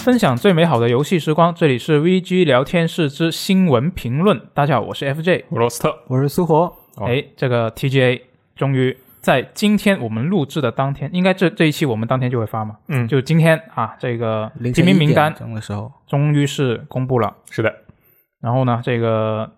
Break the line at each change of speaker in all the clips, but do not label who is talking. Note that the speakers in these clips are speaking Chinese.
分享最美好的游戏时光，这里是 VG 聊天室之新闻评论。大家好，我是 FJ。
我罗斯特，
我是苏活，
哦
哎，这个 TGA 终于在今天我们录制的当天，应该这这一期我们当天就会发嘛？
嗯
就今天啊，这个
凌
提
晨
名
一
名
点
单
钟的时候，
终于是公布了。
是的，
然后呢，这个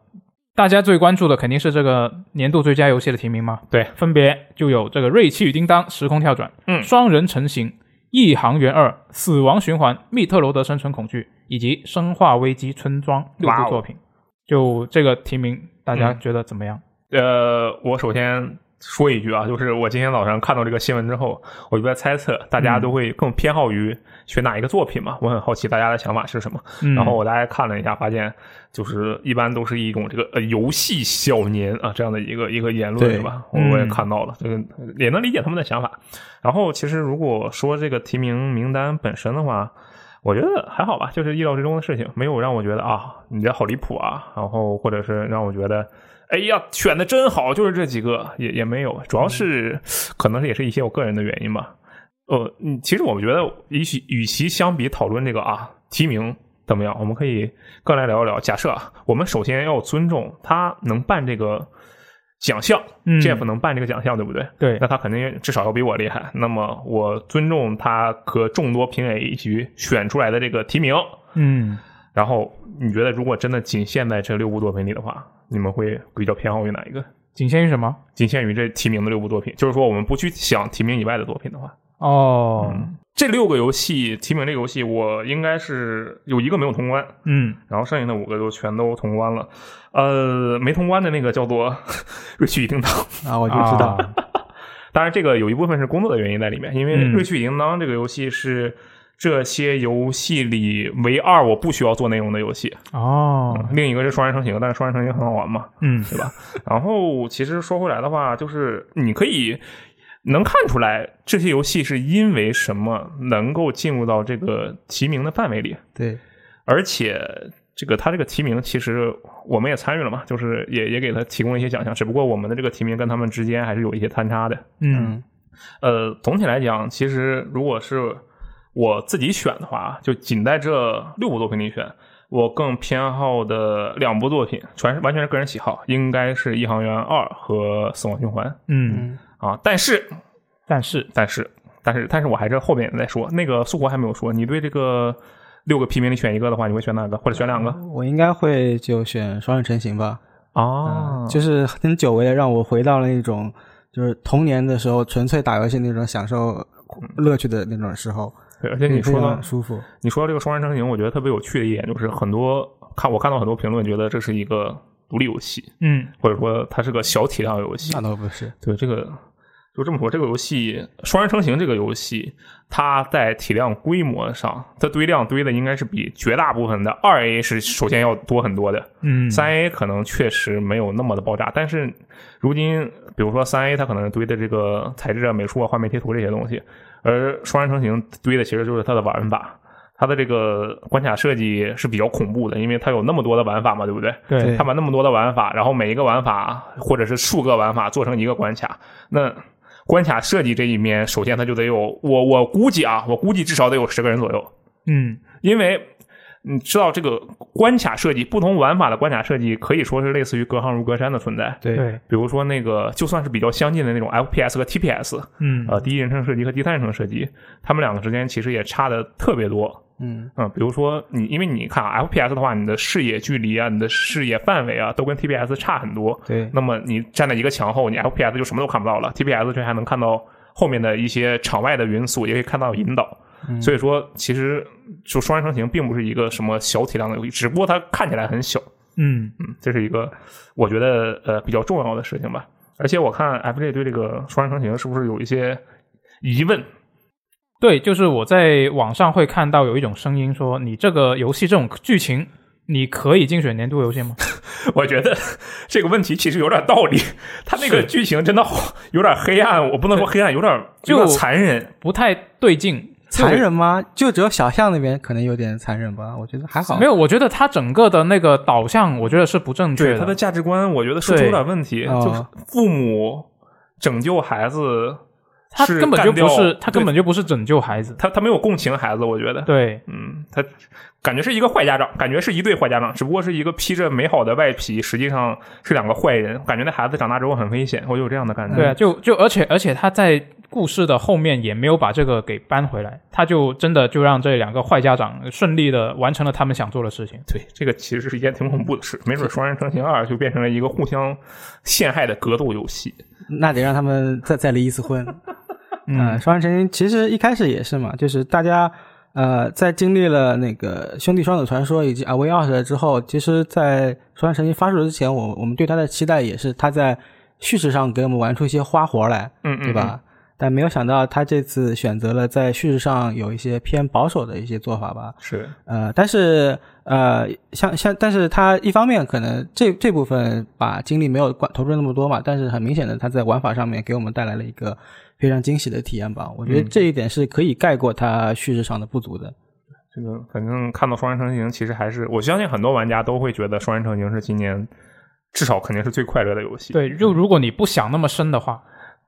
大家最关注的肯定是这个年度最佳游戏的提名嘛？
对
分别就有这个《瑞奇与叮当》《时空跳转》、
嗯
双人成行》、《异航员二》、《死亡循环》、《密特罗德生存恐惧》以及《生化危机村庄》六
哇
部
哦
作品。就这个提名，大家
嗯
觉得怎么样？
呃，我首先说一句啊，就是我今天早上看到这个新闻之后，我就在猜测大家都会更偏好于选哪一个作品嘛？我很好奇大家的想法是什么。
嗯
然后我大概看了一下，发现就是一般都是一种这个呃游戏小年啊这样的一个一个言论
对
是吧？我
嗯
我也看到了，这个也能理解他们的想法。然后其实如果说这个提名名单本身的话，我觉得还好吧，就是意料之中的事情，没有让我觉得啊你这好离谱啊，然后或者是让我觉得。哎呀，选的真好，就是这几个也也没有，主要是可能也是一些我个人的原因吧。呃，嗯，其实我觉得，与其与其相比讨论这个啊提名怎么样，我们可以更来聊一聊。假设啊，我们首先要尊重他能办这个奖项、
嗯
j e f f 能办这个奖项，对不对？
对
那，他肯定至少要比我厉害。那么我尊重他和众多评委一起选出来的这个提名。
嗯，
然后你觉得，如果真的仅限在这六部作品里的话，你们会比较偏好于哪一个？
仅限于什么？
仅限于这提名的六部作品，就是说我们不去想提名以外的作品的话，
哦，
这六个游戏提名这个游戏，我应该是有一个没有通关，
嗯，
然后剩下的五个就全都通关了。呃，没通关的那个叫做《瑞奇与叮当》，
啊，我就知道，
啊
当然这个有一部分是工作的原因在里面，因为
嗯
《瑞奇与叮当》这个游戏是这些游戏里唯二我不需要做内容的游戏。
哦，
另一个是《双人成行》，但是《双人成行》很好玩嘛，
嗯，
对吧？然后其实说回来的话，就是你可以能看出来这些游戏是因为什么能够进入到这个提名的范围里，
对，
而且这个它这个提名其实我们也参与了嘛，就是也也给他提供了一些奖项，只不过我们的这个提名跟他们之间还是有一些参差的。
嗯，
呃，总体来讲，其实如果是我自己选的话，啊就仅在这六部作品里选，我更偏好的两部作品，全是完全是个人喜好，应该是《一航员二》和《死亡循环》
嗯，
啊。但是，
但是，
但是，但是，但是我还是后面再说。那个苏活还没有说，你对这个六个提名里选一个的话，你会选哪个，或者选两个
我应该会就选双人成行吧，
哦
啊？
就是很久违的让我回到了那种就是童年的时候纯粹打游戏那种享受乐趣的那种时候，
对而且你
非
说到
常舒服，
你说到这个双人成行，我觉得特别有趣的一点就是，很多看我看到很多评论觉得这是一个独立游戏，
嗯，
或者说它是个小体量游戏
那。倒不是，
对这个，就这么说，这个游戏《双人成行》这个游戏，它在体量规模上，它堆量堆的应该是比绝大部分的二 A 是首先要多很多的，
嗯，
三 A 可能确实没有那么的爆炸。但是如今，比如说三 A 它可能是堆的这个材质啊、美术啊、画面贴图这些东西，而《双人成行》堆的其实就是它的玩法。它的这个关卡设计是比较恐怖的，因为它有那么多的玩法嘛，对不对？
对
对
他把那么多的玩法，然后每一个玩法或者是数个玩法做成一个关卡，那关卡设计这一面，首先它就得有我我估计啊，我估计至少得有十个人左右，
嗯，
因为嗯你知道这个关卡设计，不同玩法的关卡设计可以说是类似于隔行如隔山的存在。
对，
比如说那个，就算是比较相近的那种 FPS 和 TPS，
嗯，
呃，第一人称射击和第三人称射击，他们两个之间其实也差的特别多。
嗯，
嗯，比如说你，因为你看啊，FPS 的话，你的视野距离啊，你的视野范围啊，都跟 TPS 差很多。
对，
那么你站在一个墙后，你 FPS 就什么都看不到了，TPS 这还能看到后面的一些场外的元素，也可以看到引导。所以说，其实就双人成行并不是一个什么小体量的游戏，只不过它看起来很小。
嗯，
嗯，这是一个我觉得呃比较重要的事情吧。而且我看 FJ 对这个双人成行是不是有一些疑问？
对，就是我在网上会看到有一种声音说，你这个游戏这种剧情，你可以竞选年度游戏吗？
我觉得这个问题其实有点道理，它那个
是
剧情真的好有点黑暗，我不能说黑暗，有点
就
有点残忍。
不太对劲，
残忍吗？就只有小象那边可能有点残忍吧，我觉得还好，
没有，我觉得它整个的那个导向，我觉得是不正确
对他
的。
的啊价值观，我觉得说出
对
有点问题，
哦
就是父母拯救孩子，
它根本就不是，它
他
根本就不是拯救孩子。
他他没有共情孩子，我觉得，
对，
嗯，他感觉是一个坏家长，感觉是一对坏家长，只不过是一个披着美好的外皮，实际上是两个坏人。感觉那孩子长大之后很危险，我有这样的感觉。
对啊，就就而且而且他在故事的后面也没有把这个给搬回来，他就真的就让这两个坏家长顺利的完成了他们想做的事情。
对，这个其实是一件挺恐怖的事，没准《双人成行二》就变成了一个互相陷害的格斗游戏。
那得让他们再再离一次婚。嗯，双人成行其实一开始也是嘛，就是大家呃在经历了那个兄弟双子传说以及 Away Out 之后，其实，在双人成行发售之前，我我们对他的期待也是他在叙事上给我们玩出一些花活来，
嗯嗯
对吧？但没有想到他这次选择了在叙事上有一些偏保守的一些做法吧，
是，
呃，但是呃，像像，但是他一方面可能这这部分把精力没有管投入那么多嘛，但是很明显的，他在玩法上面给我们带来了一个非常惊喜的体验吧。我
嗯
觉得这一点是可以盖过他叙事上的不足的。
这个反正看到《双人成行》，其实还是我相信很多玩家都会觉得《双人成行》是今年至少肯定是最快乐的游戏。
对，就如果你不想那么深的话，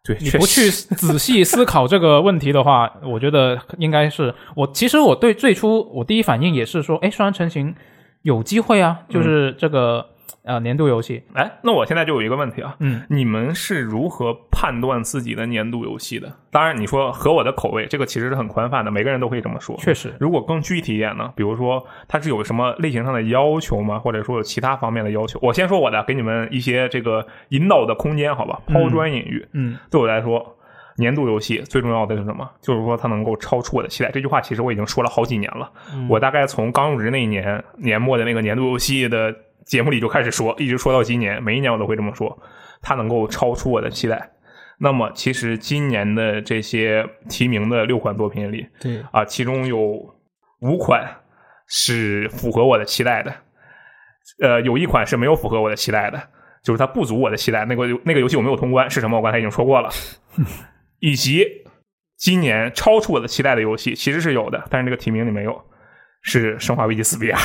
对，
你
确
不
实
去仔细思考这个问题的话，我觉得应该是我。其实我对最初我第一反应也是说，哎，双人成行有机会啊，就是
嗯
这个、呃年度游戏。
哎，那我现在就有一个问题啊，
嗯，
你们是如何判断自己的年度游戏的？当然，你说合我的口味，这个其实是很宽泛的，每个人都可以这么说。
确实，
如果更具体一点呢，比如说它是有什么类型上的要求吗？或者说有其他方面的要求？我先说我的，给你们一些这个引导的空间，好吧？抛砖引玉。
嗯，
对我来说，年度游戏最重要的是什么？就是说它能够超出我的期待。这句话其实我已经说了好几年了，我大概从刚入职那一年年末的那个年度游戏的节目里就开始说，一直说到今年，每一年我都会这么说，它能够超出我的期待。那么，其实今年的这些提名的六款作品里，
对，
啊，其中有五款是符合我的期待的，呃，有一款是没有符合我的期待的，就是它不足我的期待。那个游那个游戏我没有通关，是什么？我刚才已经说过了。以及今年超出我的期待的游戏其实是有的，但是这个提名里没有，是《生化危机四 B R》。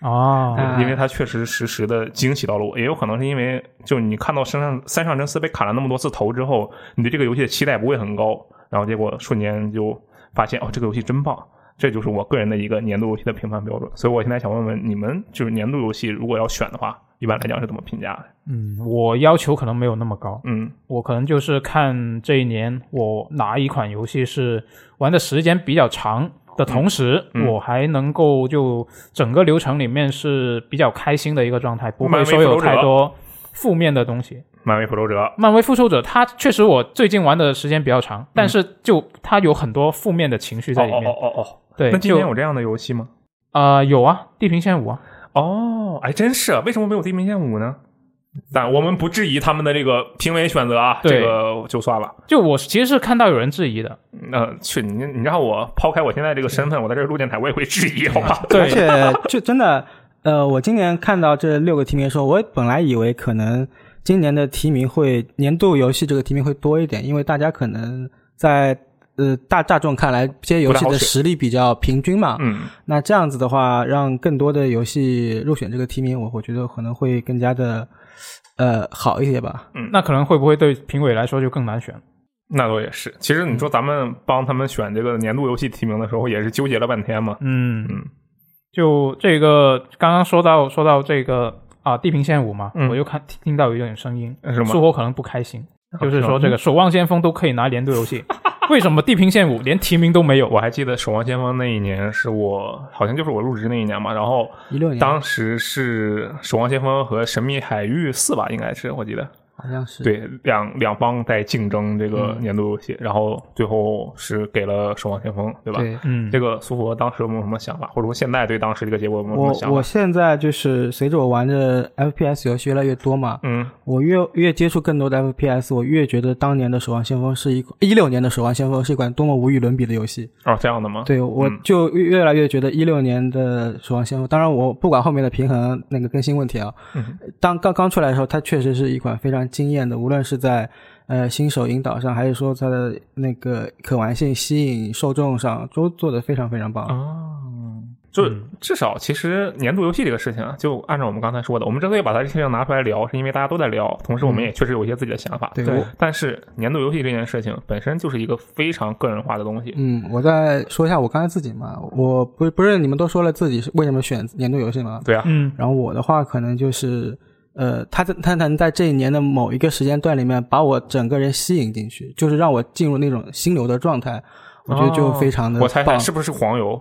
哦，
啊
因为它确实实时的惊喜到了我，也有可能是因为就你看到山上山上真司被砍了那么多次头之后，你对这个游戏的期待不会很高，然后结果瞬间就发现哦，这个游戏真棒，这就是我个人的一个年度游戏的评判标准。所以我现在想问问你们，就是年度游戏如果要选的话，一般来讲是怎么评价的？
嗯，我要求可能没有那么高，
嗯
我可能就是看这一年我哪一款游戏是玩的时间比较长的同时，
嗯嗯
我还能够就整个流程里面是比较开心的一个状态，不
漫
会说
威
有
复仇者
太多负面的东西。
漫威复仇者，
漫威复仇者，它确实我最近玩的时间比较长，但是就它有很多负面的情绪
哦
在里
嗯哦
面。
哦哦哦，
对，
那今年
就
有这样的游戏吗？
呃有啊，《地平线五》啊，
哦，哎，真是，为什么没有《地平线五》呢？但我们不质疑他们的这个评委选择啊，这
对
个就算了。
就我其实是看到有人质疑的，
呃，去你你让我抛开我现在这个身份，我在这儿录电台，我也会质疑，好吧？
对
而且就真的，呃，我今年看到这六个提名的时候，我本来以为可能今年的提名会年度游戏这个提名会多一点，因为大家可能在呃大大众看来，这些游戏
不太好
的
选
实力比较平均嘛，
嗯，
那这样子的话，让更多的游戏入选这个提名，我我觉得可能会更加的呃好一些吧。
那可能会不会对评委来说就更难选？
那倒也是。其实你说咱们帮他们选这个年度游戏提名的时候，也是纠结了半天嘛。
嗯
嗯，
就这个刚刚说到说到这个啊，《地平线五》嘛，
嗯呃
我就看听到有点声音，
是吗
说我可能不开心，就是说这个《守望先锋》都可以拿年度游 戏，为什么《地平线五》连提名都没有？
我还记得《守望先锋》那一年是我，好像就是我入职那一年嘛。然后
一六年
当时是《守望先锋》和《神秘海域四》吧，应该是我记得。
好像是，嗯
对，两两方在竞争这个年度游戏，然后最后是给了《守望先锋》，对吧？
对
嗯，
这个苏佛当时有没有什么想法，或者说现在对当时这个结果有没有什
我
么想
我
法？
现在就是随着我玩的 FPS 游戏越来越多嘛，
嗯，
我越越接触更多的 FPS，我越觉得当年的《守望先锋》是一一六年的《守望先锋》是一款多么无与伦比的游戏。
哦，这样的吗？
对，我就越越来越觉得一六年的《守望先锋》，当然我不管后面的平衡那个更新问题啊，
嗯
当刚刚出来的时候，它确实是一款非常惊艳的，无论是在呃新手引导上，还是说它的那个可玩性、吸引受众上，都做得非常非常棒。
啊，就
嗯
至少其实年度游戏这个事情啊，就按照我们刚才说的，我们之所以把它这些拿出来聊，是因为大家都在聊，同时我们也确实有一些自己的想法。
嗯对
对
我，
但是年度游戏这件事情本身就是一个非常个人化的东西。
嗯，我再说一下我刚才自己嘛，我不不是你们都说了自己是为什么选年度游戏吗？
对啊，
嗯
然后我的话可能就是，呃，他在他能在这一年的某一个时间段里面把我整个人吸引进去，就是让我进入那种心流的状态，我觉得就非常的
哦我猜
棒。
猜是不是黄油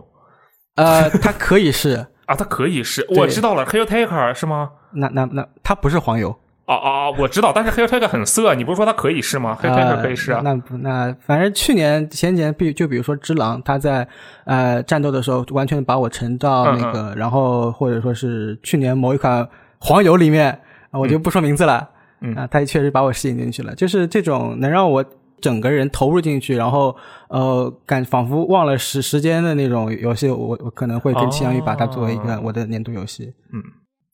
呃，它可以是
啊？它可以是，我知道了，Hill Taker 是吗？
那那那，它不是黄油，
啊啊，我知道，但是 Hill Taker 很色，你不是说它可以是吗？Hill Taker
呃
可以是啊。
那不那反正去年前年比就比如说《只狼》，他在呃战斗的时候完全把我沉到
嗯
那个，然后或者说是去年某一款黄油里面，啊我就不说名字了，
嗯
啊，他确实把我吸引进去了，就是这种能让我。整个人投入进去，然后呃，感仿佛忘了时时间的那种游戏，我我可能会更倾向于把它作为一个
哦
我的年度游戏。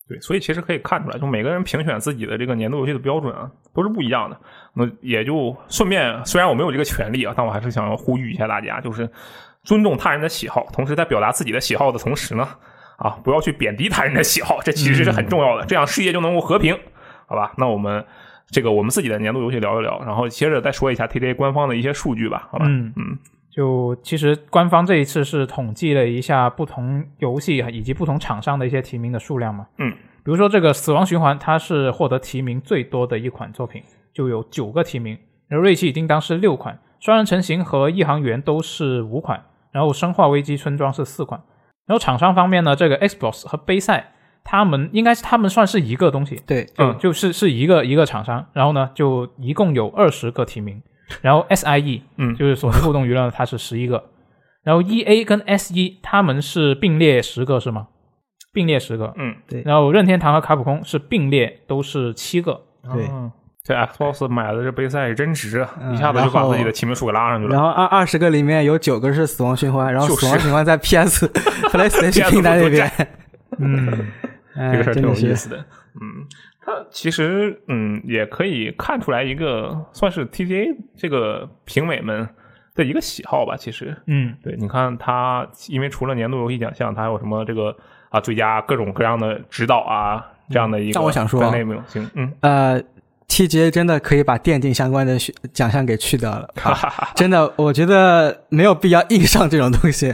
对，所以其实可以看出来，就每个人评选自己的这个年度游戏的标准啊，都是不一样的。那也就顺便，虽然我没有这个权利啊，但我还是想要呼吁一下大家，就是尊重他人的喜好，同时在表达自己的喜好的同时呢，啊，不要去贬低他人的喜好，这其实是
嗯
很重要的，这样世界就能够和平，好吧？那我们这个我们自己的年度游戏聊一聊，然后接着再说一下 TJ 官方的一些数据吧，好吧？
嗯
嗯
就其实官方这一次是统计了一下不同游戏以及不同厂商的一些提名的数量嘛。
嗯，
比如说这个《死亡循环》，它是获得提名最多的一款作品，就有九个提名。然后《瑞奇与叮当》是六款，《双人成行》和《一航员》都是五款，然后《生化危机：村庄》是四款。然后厂商方面呢，这个 Xbox 和杯赛，他们应该是他们算是一个东西，
对，
就
嗯
就是是一个一个厂商，然后呢，就一共有二十个提名，然后 SIE，
嗯
就是索尼互动娱乐，它是十一个，然后 EA 跟 SE 他们是并列十个是吗？并列十个，
嗯，
然后任天堂和卡普空是并列都是七个，哦
对
啊这 Xbox 买的这杯赛真值啊，
嗯
一下子就
然
把
后
自己的提名数给拉上去了
然。后二二十个里面有九个是死亡循环，然后
就是
死亡循环 在 PS、PlayStation 平台那边。
嗯，
哎
这个事儿挺
真
有
的
意
是
思的。嗯，它其实嗯也可以看出来一个算是 TGA 这个评委们的一个喜好吧。其实，
嗯，
对，你看它，因为除了年度游戏奖项，它还有什么这个啊最佳各种各样的指导啊这样的一个。
嗯但我想说啊
在内容行，嗯，
呃，TGA 真的可以把电竞相关的学奖项给去掉了， 啊真的，我觉得没有必要硬上这种东西。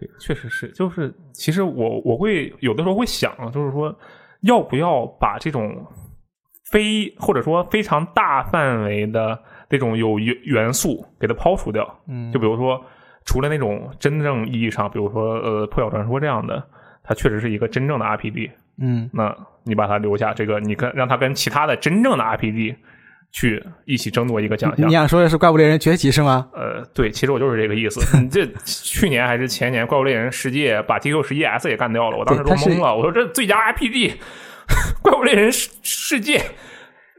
对，确实是，就是其实我我会有的时候会想，啊就是说要不要把这种非或者说非常大范围的这种有元元素给它抛除掉，
嗯
就比如说除了那种真正意义上，比如说呃《破晓传说》这样的，它确实是一个真正的 RPG，
嗯，
那你把它留下，这个你跟让它跟其他的真正的 RPG 去一起争夺一个奖项
你，想说的是《怪物猎人崛起》是吗？
呃，对，其实我就是这个意思。你这去年还是前年《怪物猎人世界》把 TQ 十一 S 也干掉了，我当时
对
都
它是
懵了，我说这最佳 RPG《怪物猎人世世界》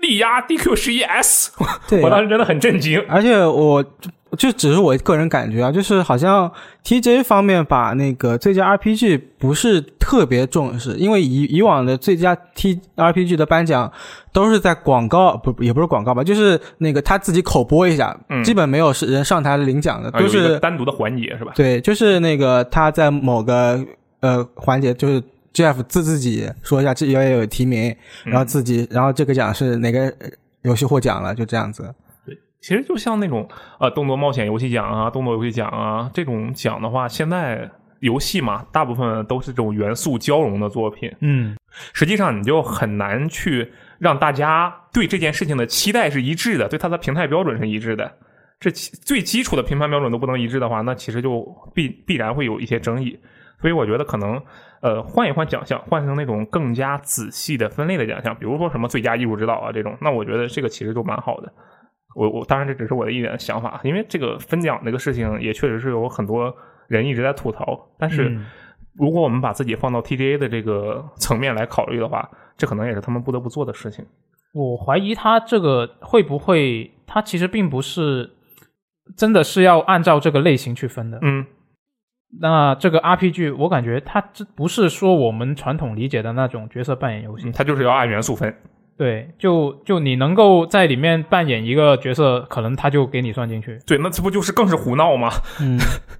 力压 DQ 十一 S，
对
我当时真的很震惊。
而且我就只是我个人感觉啊，就是好像 TJ 方面把那个最佳 RPG 不是特别重视，因为以以往的最佳 T RPG 的颁奖都是在广告不不也不是广告吧，就是那个他自己口播一下，
嗯
基本没有是人上台领奖的，
啊
都
有一
是
个单独的环节是吧？
对，就是那个他在某个呃环节，就是 Jeff 自自己说一下，这也有提名，然
嗯
后自己，然后这个奖是哪个呃游戏获奖了，就这样子。
其实就像那种呃动作冒险游戏奖啊、动作游戏奖啊这种奖的话，现在游戏嘛，大部分都是这种元素交融的作品。
嗯，
实际上你就很难去让大家对这件事情的期待是一致的，对它的评判标准是一致的。这其最基础的评判标准都不能一致的话，那其实就必必然会有一些争议。所以我觉得可能，呃，换一换奖项，换成那种更加仔细的分类的奖项，比如说什么最佳艺术指导啊这种，那我觉得这个其实就蛮好的。我我当然这只是我的一点想法，因为这个分奖这个事情也确实是有很多人一直在吐槽，但是。
嗯
如果我们把自己放到 TGA 的这个层面来考虑的话，这可能也是他们不得不做的事情。
我怀疑他这个会不会，他其实并不是真的是要按照这个类型去分的，
嗯，
那这个 RPG，我感觉它这不是说我们传统理解的那种角色扮演游戏，
嗯他就是要按元素分。
对，就就你能够在里面扮演一个角色，可能他就给你算进去。
对，那这不就是更是胡闹吗？
嗯，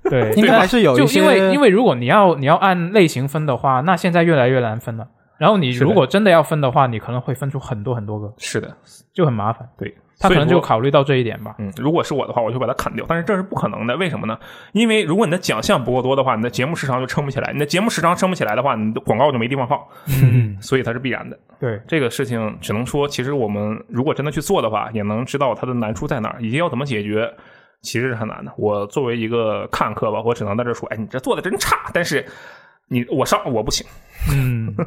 对，
应该还是有一
就
些，
因为因为如果你要你要按类型分的话，那现在越来越难分了。然后你
是的
如果真的要分的话，你可能会分出很多很多个，
是的，
就很麻烦。
对，
他可能
所以
就
说
考虑到这一点吧。
嗯，如果是我的话，我就把它砍掉。但是这是不可能的，为什么呢？因为如果你的奖项不够多的话，你的节目时长就撑不起来。你的节目时长撑不起来的话，你的广告就没地方放，
嗯，
所以它是必然的。
对，
这个事情只能说，其实我们如果真的去做的话，也能知道它的难处在哪儿，以及要怎么解决，其实是很难的。我作为一个看客吧，我只能在这说，哎，你这做的真差，但是你我上我不行，
嗯，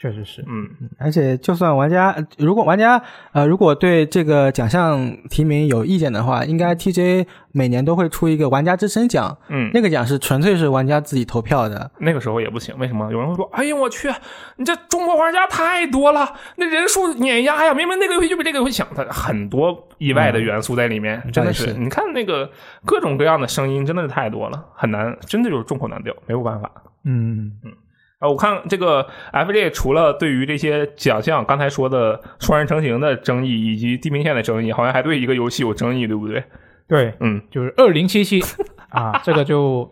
确实是，
嗯，
而且就算玩家，呃如果玩家呃如果对这个奖项提名有意见的话，应该 TJ 每年都会出一个玩家之声奖，
嗯
那个奖是纯粹是玩家自己投票的，
那个时候也不行，为什么？有人会说：“哎呀，我去，你这中国玩家太多了，那人数碾压呀！明明那个游戏就比这个游戏强。”它很多意外的元素在里面，真的是。
是
你看那个各种各样的声音，真的是太多了，很难，真的就是众口难调，没有办法。
嗯，
啊，我看这个 FJ 除了对于这些奖项刚才说的双人成行的争议以及地平线的争议，好像还对一个游戏有争议，对不对？
对，
嗯，
就是二零七七啊，这个就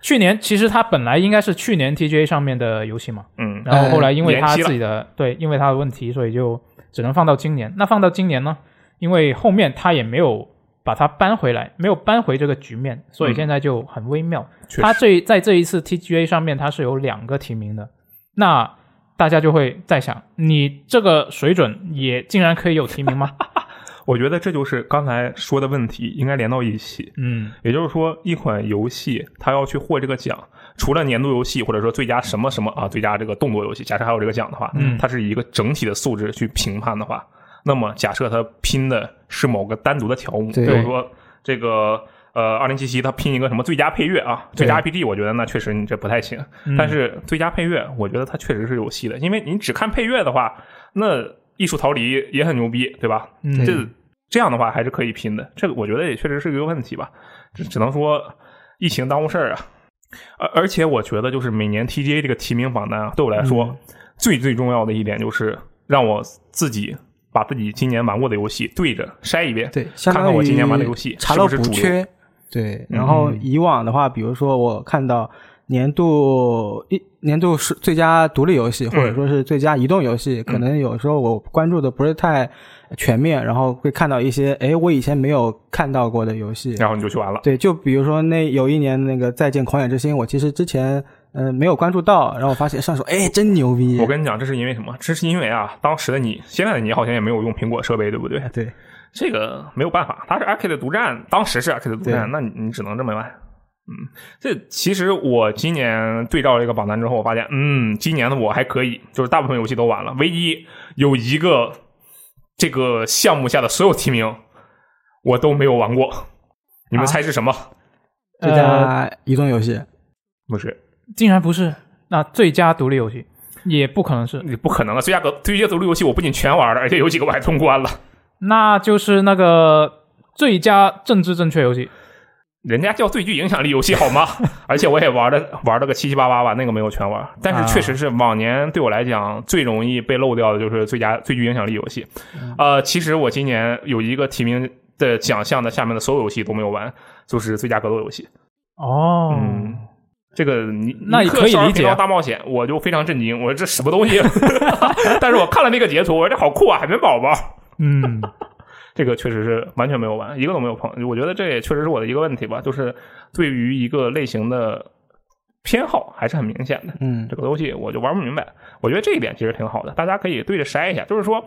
去年其实它本来应该是去年 TGA 上面的游戏嘛，
嗯，
然后后来因为
延
他
期了
自己的对，因为他的问题，所以就只能放到今年。那放到今年呢？因为后面他也没有把它搬回来，没有搬回这个局面，所以
嗯
现在就很微妙。
确实
他这在这一次 TGA 上面，他是有两个提名的，那大家就会在想，你这个水准也竟然可以有提名 吗？
我觉得这就是刚才说的问题，应该连到一起。
嗯，
也就是说，一款游戏它要去获这个奖，除了年度游戏或者说最佳什么什么啊，最佳这个动作游戏，假设还有这个奖的话，
嗯
它是以一个整体的素质去评判的话，那么假设它拼的是某个单独的条目，比
对
如说这个呃二零七七，它拼一个什么最佳配乐啊，最佳 RPG，我觉得那确实你这不太行，
嗯
但是最佳配乐，我觉得它确实是有戏的，因为你只看配乐的话，那艺术逃离也很牛逼，对吧？
嗯
这这样的话还是可以拼的。这个我觉得也确实是一个问题吧，只只能说疫情耽误事儿啊。而而且我觉得就是每年 TGA 这个提名榜单啊，对我来说、最最重要的一点就是让我自己把自己今年玩过的游戏对着筛一遍，
对，相
看
当于
看我今年玩的游戏
查
是
漏
不是
补
主流。嗯
缺，对。然后以往的话，比如说我看到年度一年度是最佳独立游戏，或
嗯
者说是最佳移动游戏，可能有时候我关注的不是太全面，然后会看到一些哎我以前没有看到过的游戏，
然后你就去玩了，
对，就比如说那有一年那个《再见狂野之心》，我其实之前呃没有关注到，然后我发现上手，哎，真牛逼！
我跟你讲，这是因为什么？这是因为啊，当时的你，现在的你好像也没有用苹果设备，对不对？
对
这个没有办法，它是 Arcade 独占，当时是 Arcade 独占，那你你只能这么玩。嗯，这其实我今年对照这个榜单之后，我发现，嗯，今年的我还可以，就是大部分游戏都玩了，唯一有一个这个项目下的所有提名我都没有玩过，你们
啊
猜是什么？
最
呃，
佳移动游戏，
不是，
竟然不是那最佳独立游戏，也不可能是，
你不可能的，啊最佳格最佳独立游戏我不仅全玩了，而且有几个我还通关了。
那就是那个最佳政治正确游戏。
人家叫最具影响力游戏好 吗？而且我也玩的玩了个七七八八吧，那个没有全玩，但
啊
是确实是往年对我来讲最容易被漏掉的就是最佳最具影响力游戏。
嗯
呃，其实我今年有一个提名的奖项的下面的所有游戏都没有玩，就是最佳格斗游戏。
哦，
嗯，这个尼
那也
尼克
可以
少儿
理解
频道
啊
大冒险，我就非常震惊，我说这什么东西？ 但是我看了那个截图，我说这好酷啊，海绵宝宝。
嗯，
这个确实是完全没有玩，一个都没有碰。我觉得这也确实是我的一个问题吧，就是对于一个类型的偏好还是很明显的。
嗯
这个东西我就玩不明白。我觉得这一点其实挺好的，大家可以对着筛一下。就是说，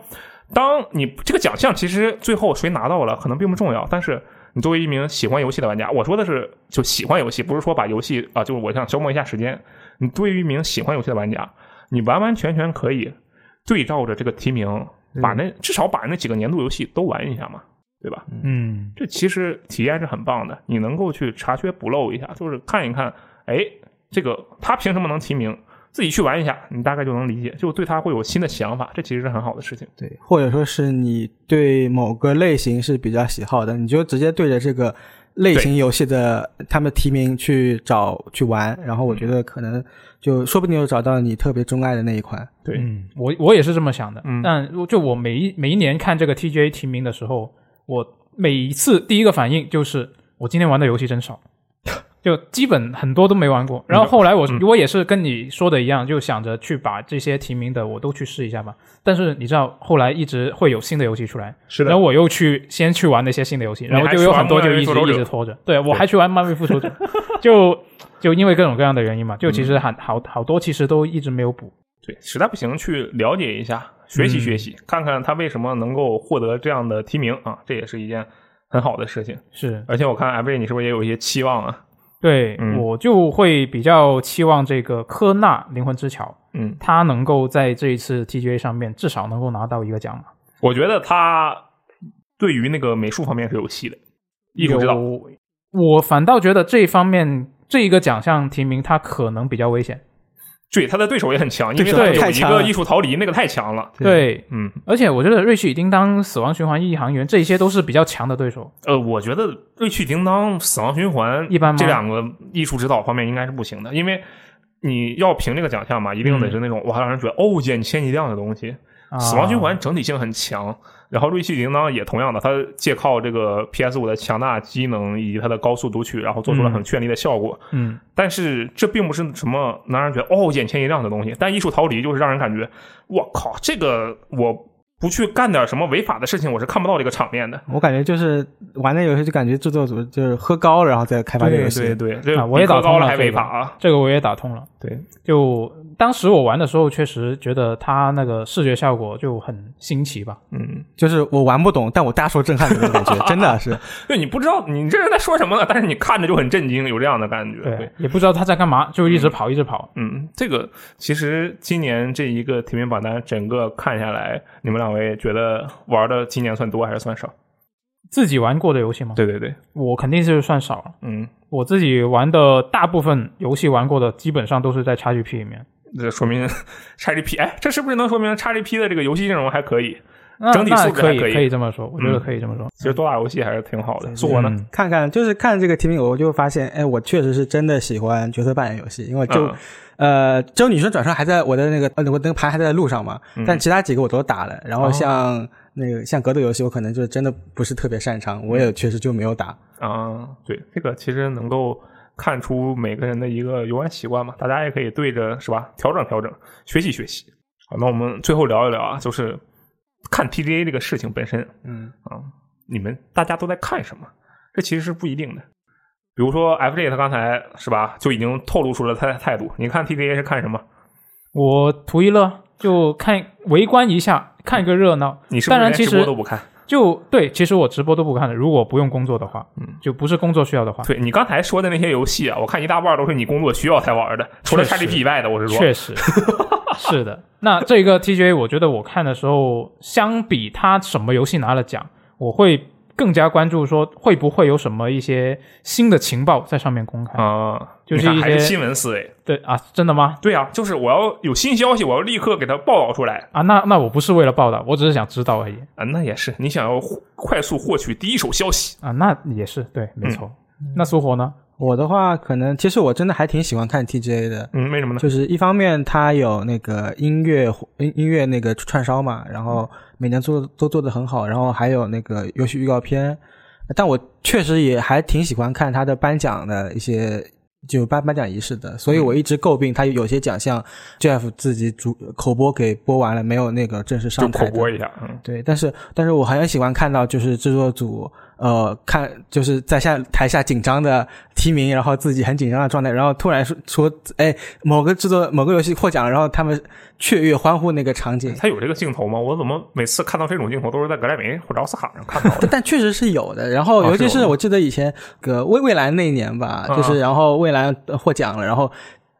当你这个奖项其实最后谁拿到了可能并不重要，但是你作为一名喜欢游戏的玩家，我说的是就喜欢游戏，不是说把游戏啊、就是我想消磨一下时间。你对于一名喜欢游戏的玩家，你完完全全可以对照着这个提名，把那、至少把那几个年度游戏都玩一下嘛，对吧？
嗯，
这其实体验是很棒的，你能够去查缺补漏一下，就是看一看，哎，这个他凭什么能提名？自己去玩一下，你大概就能理解，就对他会有新的想法，这其实是很好的事情。
对，或者说是你对某个类型是比较喜好的，你就直接对着这个类型游戏的他们提名去找去玩，然后我觉得可能就说不定就找到你特别钟爱的那一款。
对，
嗯，我我也是这么想的。
嗯
但如就我每一每一年看这个 TGA 提名的时候，我每一次第一个反应就是我今天玩的游戏真 少，就基本很多都没玩
嗯
过。然后后来我、我也是跟你说的一样，就想着去把这些提名的我都去试一下吧。但是你知道，后来一直会有新的游戏出来，
是的
然后我又去先去玩那些新的游戏，然后
还
就
去
有
玩
很多
漫
就
威
一
复
直
仇
一
者
直拖着。对我还去玩漫威复 仇者，就就因为各种各样的原因嘛，就其实很好好多其实都一直没有补。
对，实在不行去了解一下，学习学习，看看他为什么能够获得这样的提名啊，这也是一件很好的事情。
是
而且我看 F J 你是不是也有一些期望啊？
对、
嗯
我就会比较期望这个科纳灵魂之桥，
嗯，
他能够在这一次 TGA 上面至少能够拿到一个奖嘛。
我觉得他对于那个美术方面是有戏的，艺术指导。
有，我反倒觉得这一方面这一个奖项提名他可能比较危险。
对，他的对手也很强，因为
手
他
太
有一
强
个
了
艺术逃离，那个太强了。
对，
嗯，
而且我觉得《瑞奇与叮当》《死亡循环》《一航员》这些都是比较强的对手。
呃，我觉得《瑞趣叮当》《死亡循环》
一般吗
这两个艺术指导方面应该是不行的，因为你要评这个奖项嘛，一定得是那种、哇让人觉得哦眼前一亮的东西。
嗯啊
死亡循环整体性很强，然后《瑞奇叮当》也同样的，它借靠这个 PS 五的强大机能以及它的高速读取，然后做出了很绚丽的效果。
嗯，
但是这并不是什么能让人觉得哦眼前一亮的东西。但艺术逃离就是让人感觉，我靠，这个我不去干点什么违法的事情，我是看不到这个场面的。
我感觉就是玩那游戏就感觉制作组就是喝高了，然后再开发这个游戏。
对对，这
啊我也
比
打
科
通
高
了
还
这
违
个
法啊。
这个我也打通了。
对，
就当时我玩的时候，确实觉得它那个视觉效果就很新奇吧。
嗯，
就是我玩不懂，但我大受震撼的那种 感觉，真的是。
对你不知道你这人在说什么呢，但是你看着就很震惊，有这样的感觉。
对，，也不知道他在干嘛，就一直跑，一直跑。
嗯，这个其实今年这一个提名榜单整个看下来，你们两位觉得玩的今年算多还是算少？
自己玩过的游戏吗？
对对对，
我肯定是算少了。
嗯，
我自己玩的大部分游戏玩过的，基本上都是在 XGP 里面。
这说明 XGP，哎，这是不是能说明 XGP 的这个游戏阵容还可以？
那
整体
那
素质
可
还
以
可以
以这么说，我觉得
嗯
可以这么说。
其实多打游戏还是挺好的。苏活呢？
嗯
看看，就是看这个提名，我就发现，哎，我确实是真的喜欢角色扮演游戏，因为就、
嗯
呃，只有女生转生还在我的那个呃，我那个牌还在路上嘛，但其他几个我都打了。然后像、那个像格斗游戏，我可能就真的不是特别擅长，我也确实就没有打。
啊，对，这个其实能够看出每个人的一个游玩习惯嘛，大家也可以对着是吧，调整调整，学习学习。好，那我们最后聊一聊啊，就是看 TGA 这个事情本身
嗯，
啊，你们大家都在看什么？这其实是不一定的。比如说 FJ 他刚才是吧，就已经透露出了他的态度。你看 TGA 是看什么？
我图一乐，就看围观一下，看个热闹。
你是不
当
是
然
连
其
直
实
播都不看？
就对，其实我直播都不看的，如果不用工作的话，
嗯，
就不是工作需要的话，
对你刚才说的那些游戏啊，我看一大半都是你工作需要才玩的，除了
确实
XGP 以外的，我是说，
确实是的。那这个 TGA，我觉得我看的时候，相比它什么游戏拿了奖，我会更加关注说会不会有什么一些新的情报在上面公开。
啊，
就
你
是
看
一
还是
些
新闻思维。
对啊，真的吗？
对啊，就是我要有新消息，我要立刻给它报道出来
啊，那那我不是为了报道，我只是想知道而已
啊。那也是，你想要获快速获取第一手消息，
啊，那也是对，没错。那苏活呢？
我的话，可能其实我真的还挺喜欢看 TGA 的，
嗯，为什么呢？
就是一方面它有那个音乐音音乐那个串烧嘛，然后
嗯
每年做都做得很好，然后还有那个游戏预告片，但我确实也还挺喜欢看它的颁奖的一些就颁颁奖仪式的，所以
嗯
我一直诟病它有些奖项 Jeff 自己主口播给播完了，没有那个正式
就
上台
口
的
播一下，嗯，
对，但是但是我很喜欢看到就是制作组呃看就是在下台下紧张的提名，然后自己很紧张的状态，然后突然说说哎某个制作某个游戏获奖了，然后他们雀跃欢呼那个场景，
他有这个镜头吗？我怎么每次看到这种镜头都是在格莱美或者奥斯卡上看到的
但但确实是有的。然后
哦
尤其
是有
是
的
我记得以前个蔚蔚蓝那一年吧，
嗯
就是然后蔚蓝呃获奖了，然后。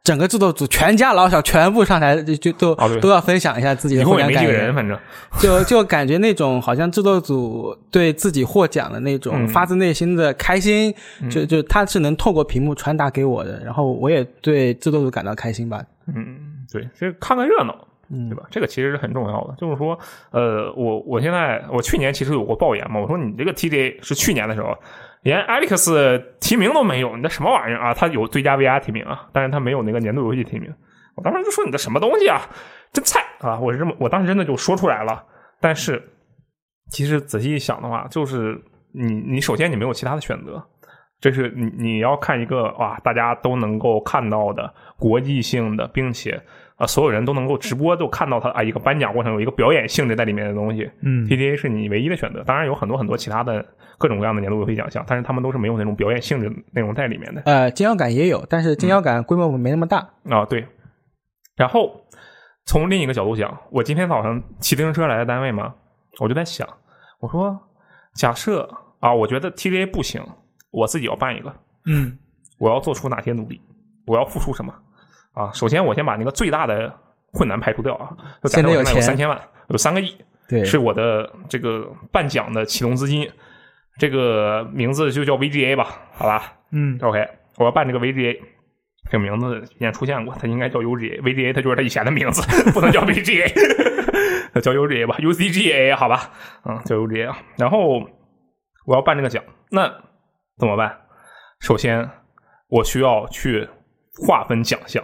整个制作组全家老小全部上台，就就都、
哦对
都要分享一下自己
一
的获
共也没
奖感
几个
言
人，。反正
就就感觉那种好像制作组对自己获奖的那种
嗯
发自内心的开心，就就他是能透过屏幕传达给我的，然后我也对制作组感到开心吧。
嗯，对，这看看热闹，
嗯
对吧？这个其实是很重要的。就是说，呃，我我现在我去年其实有过抱怨嘛，我说你这个 TJ 是去年的时候，连 Alex 提名都没有，你这什么玩意儿啊？他有最佳 VR 提名啊，但是他没有那个年度游戏提名。我当时就说你这什么东西啊，真菜啊！我是这么，我当时真的就说出来了。但是其实仔细一想的话，就是你你首先你没有其他的选择，这是你你要看一个哇，大家都能够看到的国际性的，并且啊、所有人都能够直播都看到它啊一个颁奖过程有一个表演性质在里面的东西。
嗯
PDA 是你唯一的选择，当然有很多很多其他的各种各样的年度游戏奖项，但是他们都是没有那种表演性质内容在里面的。
呃，金腰杆也有，但是金腰杆规模没那么大。
啊，对。然后从另一个角度讲，我今天早上骑自行车来的单位嘛，我就在想，我说假设啊，我觉得 TDA 不行，我自己要办一个，
嗯
我要做出哪些努力，我要付出什么啊？首先，我先把那个最大的困难排除掉啊，就假
现
设
在
我
有
现在有
钱
三千万，有三个亿，
对，
是我的这个办奖的启动资金，这个名字就叫 VGA 吧，好吧？
嗯
OK，我要办这个 VGA，这个名字以前出现过，它应该叫 UGA，VGA 它就是它以前的名字，不能叫 VGA，叫 UGA 吧，UCGA 好吧，嗯，叫 UGA 啊。然后我要办这个奖，那怎么办？首先我需要去划分奖项，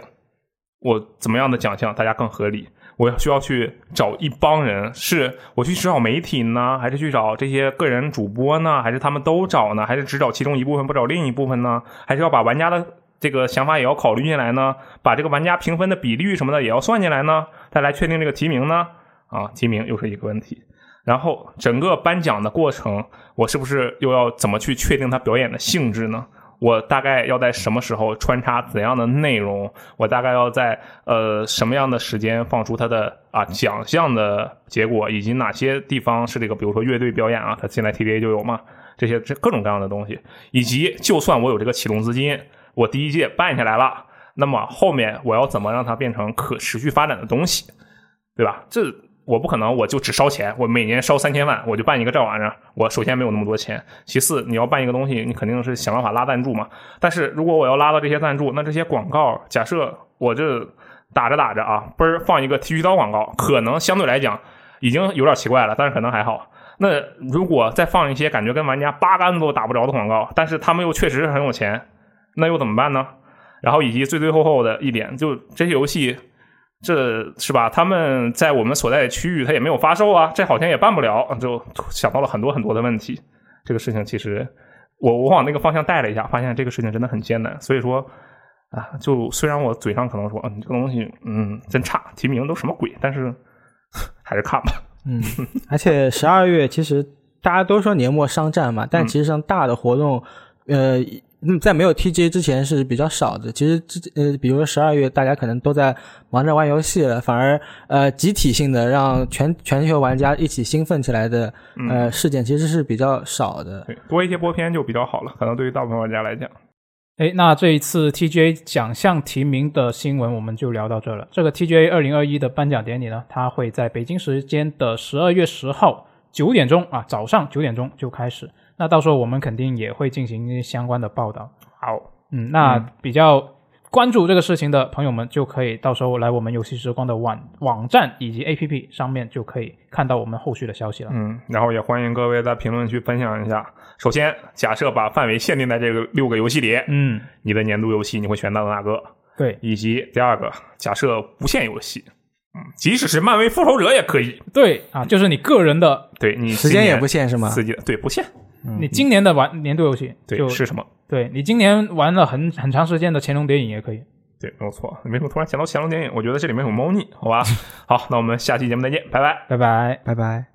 我怎么样的奖项大家更合理？我需要去找一帮人，是我去找媒体呢，还是去找这些个人主播呢，还是他们都找呢，还是只找其中一部分不找另一部分呢？还是要把玩家的这个想法也要考虑进来呢？把这个玩家评分的比率什么的也要算进来呢？再来确定这个提名呢？啊，提名又是一个问题。然后整个颁奖的过程，我是不是又要怎么去确定他表演的性质呢？我大概要在什么时候穿插怎样的内容？我大概要在呃什么样的时间放出他的啊奖项的结果，以及哪些地方是这个，比如说乐队表演啊，他现在 TDA 就有嘛，这些这各种各样的东西，以及就算我有这个启动资金，我第一届办下来了，那么后面我要怎么让它变成可持续发展的东西？对吧？这我不可能，我就只烧钱，我每年烧三千万，我就办一个这玩意儿。我首先没有那么多钱，其次你要办一个东西，你肯定是想办法拉赞助嘛。但是如果我要拉到这些赞助，那这些广告，假设我这打着打着啊，嘣儿放一个剃须刀广告，可能相对来讲已经有点奇怪了，但是可能还好。那如果再放一些感觉跟玩家八竿子都打不着的广告，但是他们又确实很有钱，那又怎么办呢？然后以及最最后后的一点，就这些游戏这是吧？他们在我们所在的区域，他也没有发售啊，这好像也办不了，就想到了很多很多的问题。这个事情其实我我往那个方向带了一下，发现这个事情真的很艰难。所以说啊，就虽然我嘴上可能说，啊，你这个东西，嗯，真差，提名都什么鬼，但是 还是看吧。
嗯，而且十二月其实大家都说年末商战嘛，但其实上大的活动，呃，嗯在没有 TGA 之前是比较少的。其实之呃，比如说十二月，大家可能都在忙着玩游戏了，反而呃集体性的让全全球玩家一起兴奋起来的呃事件其实是比较少的。
对，多一些播片就比较好了，可能对于大部分玩家来讲，
哎，那这一次 TGA 奖项提名的新闻我们就聊到这了。这个 TGA 二零二一的颁奖典礼呢，它会在北京时间的十二月十号九点钟啊，早上九点钟就开始。那到时候我们肯定也会进行相关的报道。
好，
嗯，那比较关注这个事情的朋友们，就可以到时候来我们游戏时光的网网站以及 APP 上面就可以看到我们后续的消息了。
嗯，然后也欢迎各位在评论区分享一下。首先，假设把范围限定在这个六个游戏里，
嗯，
你的年度游戏你会选到哪个？
对
以及第二个，假设无限游戏，嗯，即使是漫威复仇者也可以。
对啊，就是你个人的，
对你
时间也不限是吗？
自己对不限，
你今年的玩年度游戏，
对
就是
什么？
对你今年玩了很很长时间的《潜龙谍影》也可以。
对，没有错。没什么突 然想到《乾隆电影》，我觉得这里面有猫腻，好吧？好，那我们下期节目再见，拜拜。
拜拜。
拜拜。